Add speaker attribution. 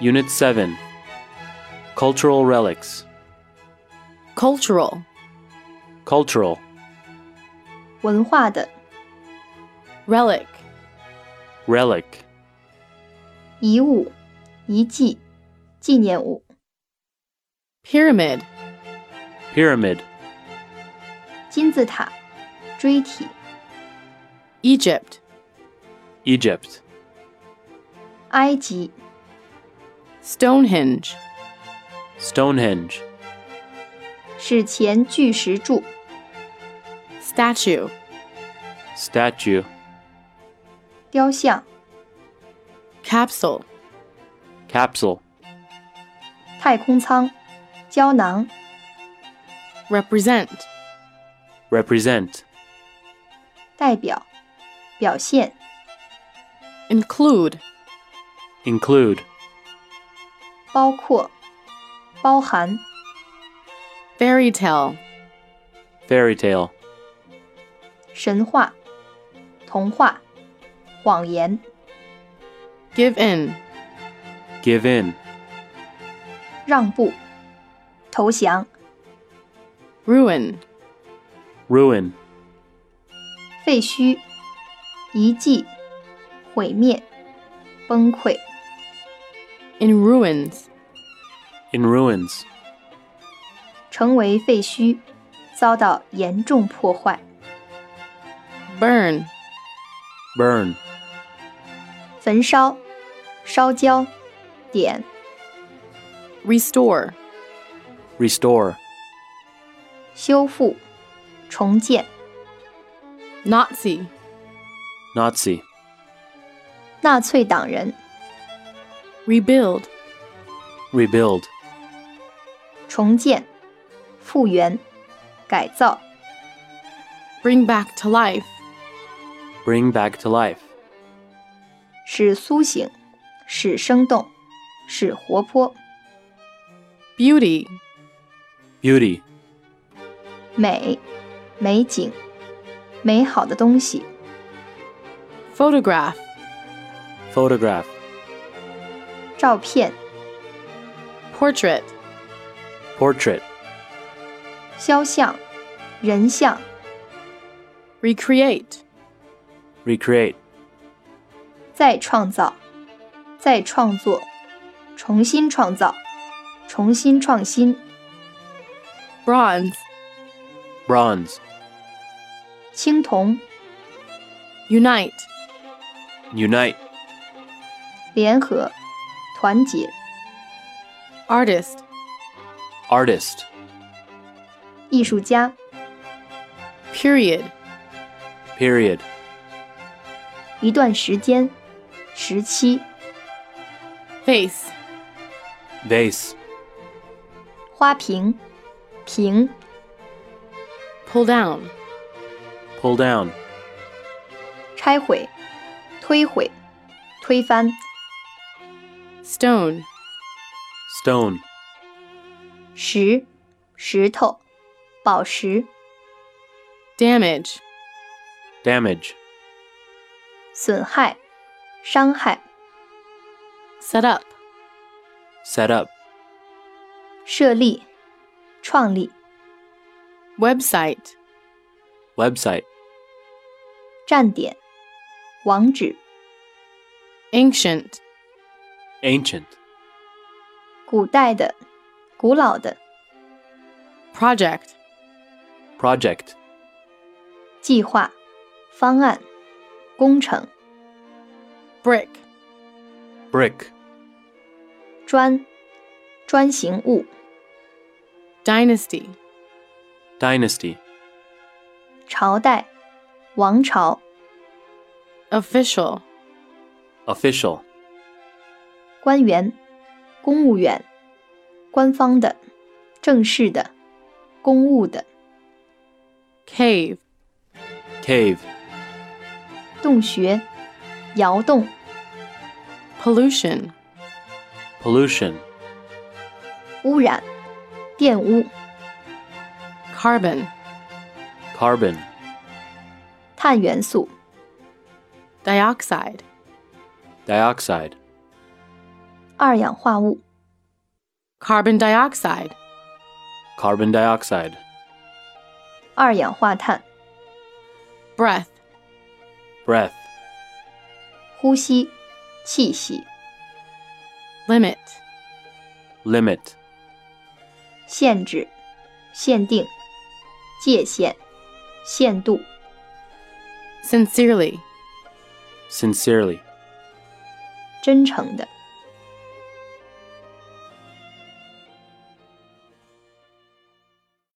Speaker 1: Unit 7 Cultural Relics.
Speaker 2: cultural,
Speaker 1: Cultural.
Speaker 3: 文化的
Speaker 2: relic,
Speaker 1: Relic.
Speaker 3: 遗物、遗迹、纪念物、
Speaker 2: pyramid,
Speaker 1: Pyramid.
Speaker 3: 金字塔、锥体、
Speaker 2: Egypt,
Speaker 1: Egypt.
Speaker 3: 埃及、
Speaker 2: Stonehenge,
Speaker 1: Stonehenge.
Speaker 3: 史前巨石柱、
Speaker 2: statue,
Speaker 1: Statue.
Speaker 3: 雕像、
Speaker 2: capsule,
Speaker 1: Capsule.
Speaker 3: 太空舱、胶囊、
Speaker 2: represent,
Speaker 1: Represent.
Speaker 3: 代表、表现、
Speaker 2: include,
Speaker 1: Include.
Speaker 3: 包括、包含、
Speaker 2: fairy tale,
Speaker 1: Fairy tale.
Speaker 3: 神话、童话、谎言、
Speaker 2: give in,
Speaker 1: Give in.
Speaker 3: 让步、投降、
Speaker 2: ruin,
Speaker 1: Ruin.
Speaker 3: 废墟、遗迹、毁灭、崩溃、
Speaker 2: in ruins,
Speaker 1: In ruins.
Speaker 3: 成为废墟，遭到严重破坏、
Speaker 2: burn,
Speaker 1: Burn.
Speaker 3: 焚烧、烧焦、点、
Speaker 2: restore,
Speaker 1: Restore.
Speaker 3: 修复、重建、
Speaker 2: Nazi,
Speaker 1: Nazi.
Speaker 3: 纳粹党人、
Speaker 2: rebuild,
Speaker 1: Rebuild.
Speaker 3: 重建、复原、改造、
Speaker 2: bring back to life,
Speaker 1: Bring back to life.
Speaker 3: 使苏醒、使生动、使活泼、
Speaker 2: beauty,
Speaker 1: Beauty.
Speaker 3: 美、美景、美好的东西、
Speaker 2: photograph,
Speaker 1: Photograph.
Speaker 3: 照片、
Speaker 2: portrait,
Speaker 1: Portrait.
Speaker 3: 肖像、人像、
Speaker 2: recreate,
Speaker 1: Recreate.
Speaker 3: 再创造、再创作、重新创造、重新创新、
Speaker 2: bronze,
Speaker 1: Bronze.
Speaker 3: 青铜、
Speaker 2: unite,
Speaker 1: Unite.
Speaker 3: 联合、团结、
Speaker 2: artist,
Speaker 1: Artist.
Speaker 3: 艺术家、
Speaker 2: period,
Speaker 1: Period.
Speaker 3: 一段时间、时期、
Speaker 2: face,
Speaker 1: Vase.
Speaker 3: 花瓶、瓶、
Speaker 2: pull down,
Speaker 1: Pull down.
Speaker 3: 拆毁、推毁、推翻、
Speaker 2: stone,
Speaker 1: Stone.
Speaker 3: 石、石头、宝石、
Speaker 2: damage,
Speaker 1: Damage.
Speaker 3: 损害、伤害、
Speaker 2: set up,
Speaker 1: Set up.
Speaker 3: 设立、创立、
Speaker 2: website,
Speaker 1: Website.
Speaker 3: 站点、网址、
Speaker 2: ancient,
Speaker 1: Ancient.
Speaker 3: 古代的、古老的、
Speaker 2: project,
Speaker 1: Project.
Speaker 3: 计划、方案、工程、
Speaker 2: brick,
Speaker 1: Brick.
Speaker 3: 砖、砖形物、
Speaker 2: dynasty,
Speaker 1: Dynasty.
Speaker 3: 朝代、王朝、
Speaker 2: official,
Speaker 1: Official.
Speaker 3: 官员、公务员、官方的、正式的、公务的、
Speaker 2: cave,
Speaker 1: Cave.
Speaker 3: 洞穴、窑洞、
Speaker 2: pollution,
Speaker 1: Pollution.
Speaker 3: 污染、玷污、
Speaker 2: carbon,
Speaker 1: Carbon.
Speaker 3: 碳元素、
Speaker 2: dioxide,
Speaker 1: Dioxide.
Speaker 3: 二氧化物、
Speaker 2: carbon dioxide,
Speaker 1: carbon dioxide,
Speaker 3: 二氧化碳、
Speaker 2: breath,
Speaker 1: breath,
Speaker 3: 呼吸、气息、
Speaker 2: limit,
Speaker 1: limit,
Speaker 3: 限制、限定、界限、限度、
Speaker 2: sincerely,
Speaker 1: sincerely,
Speaker 3: 真诚的、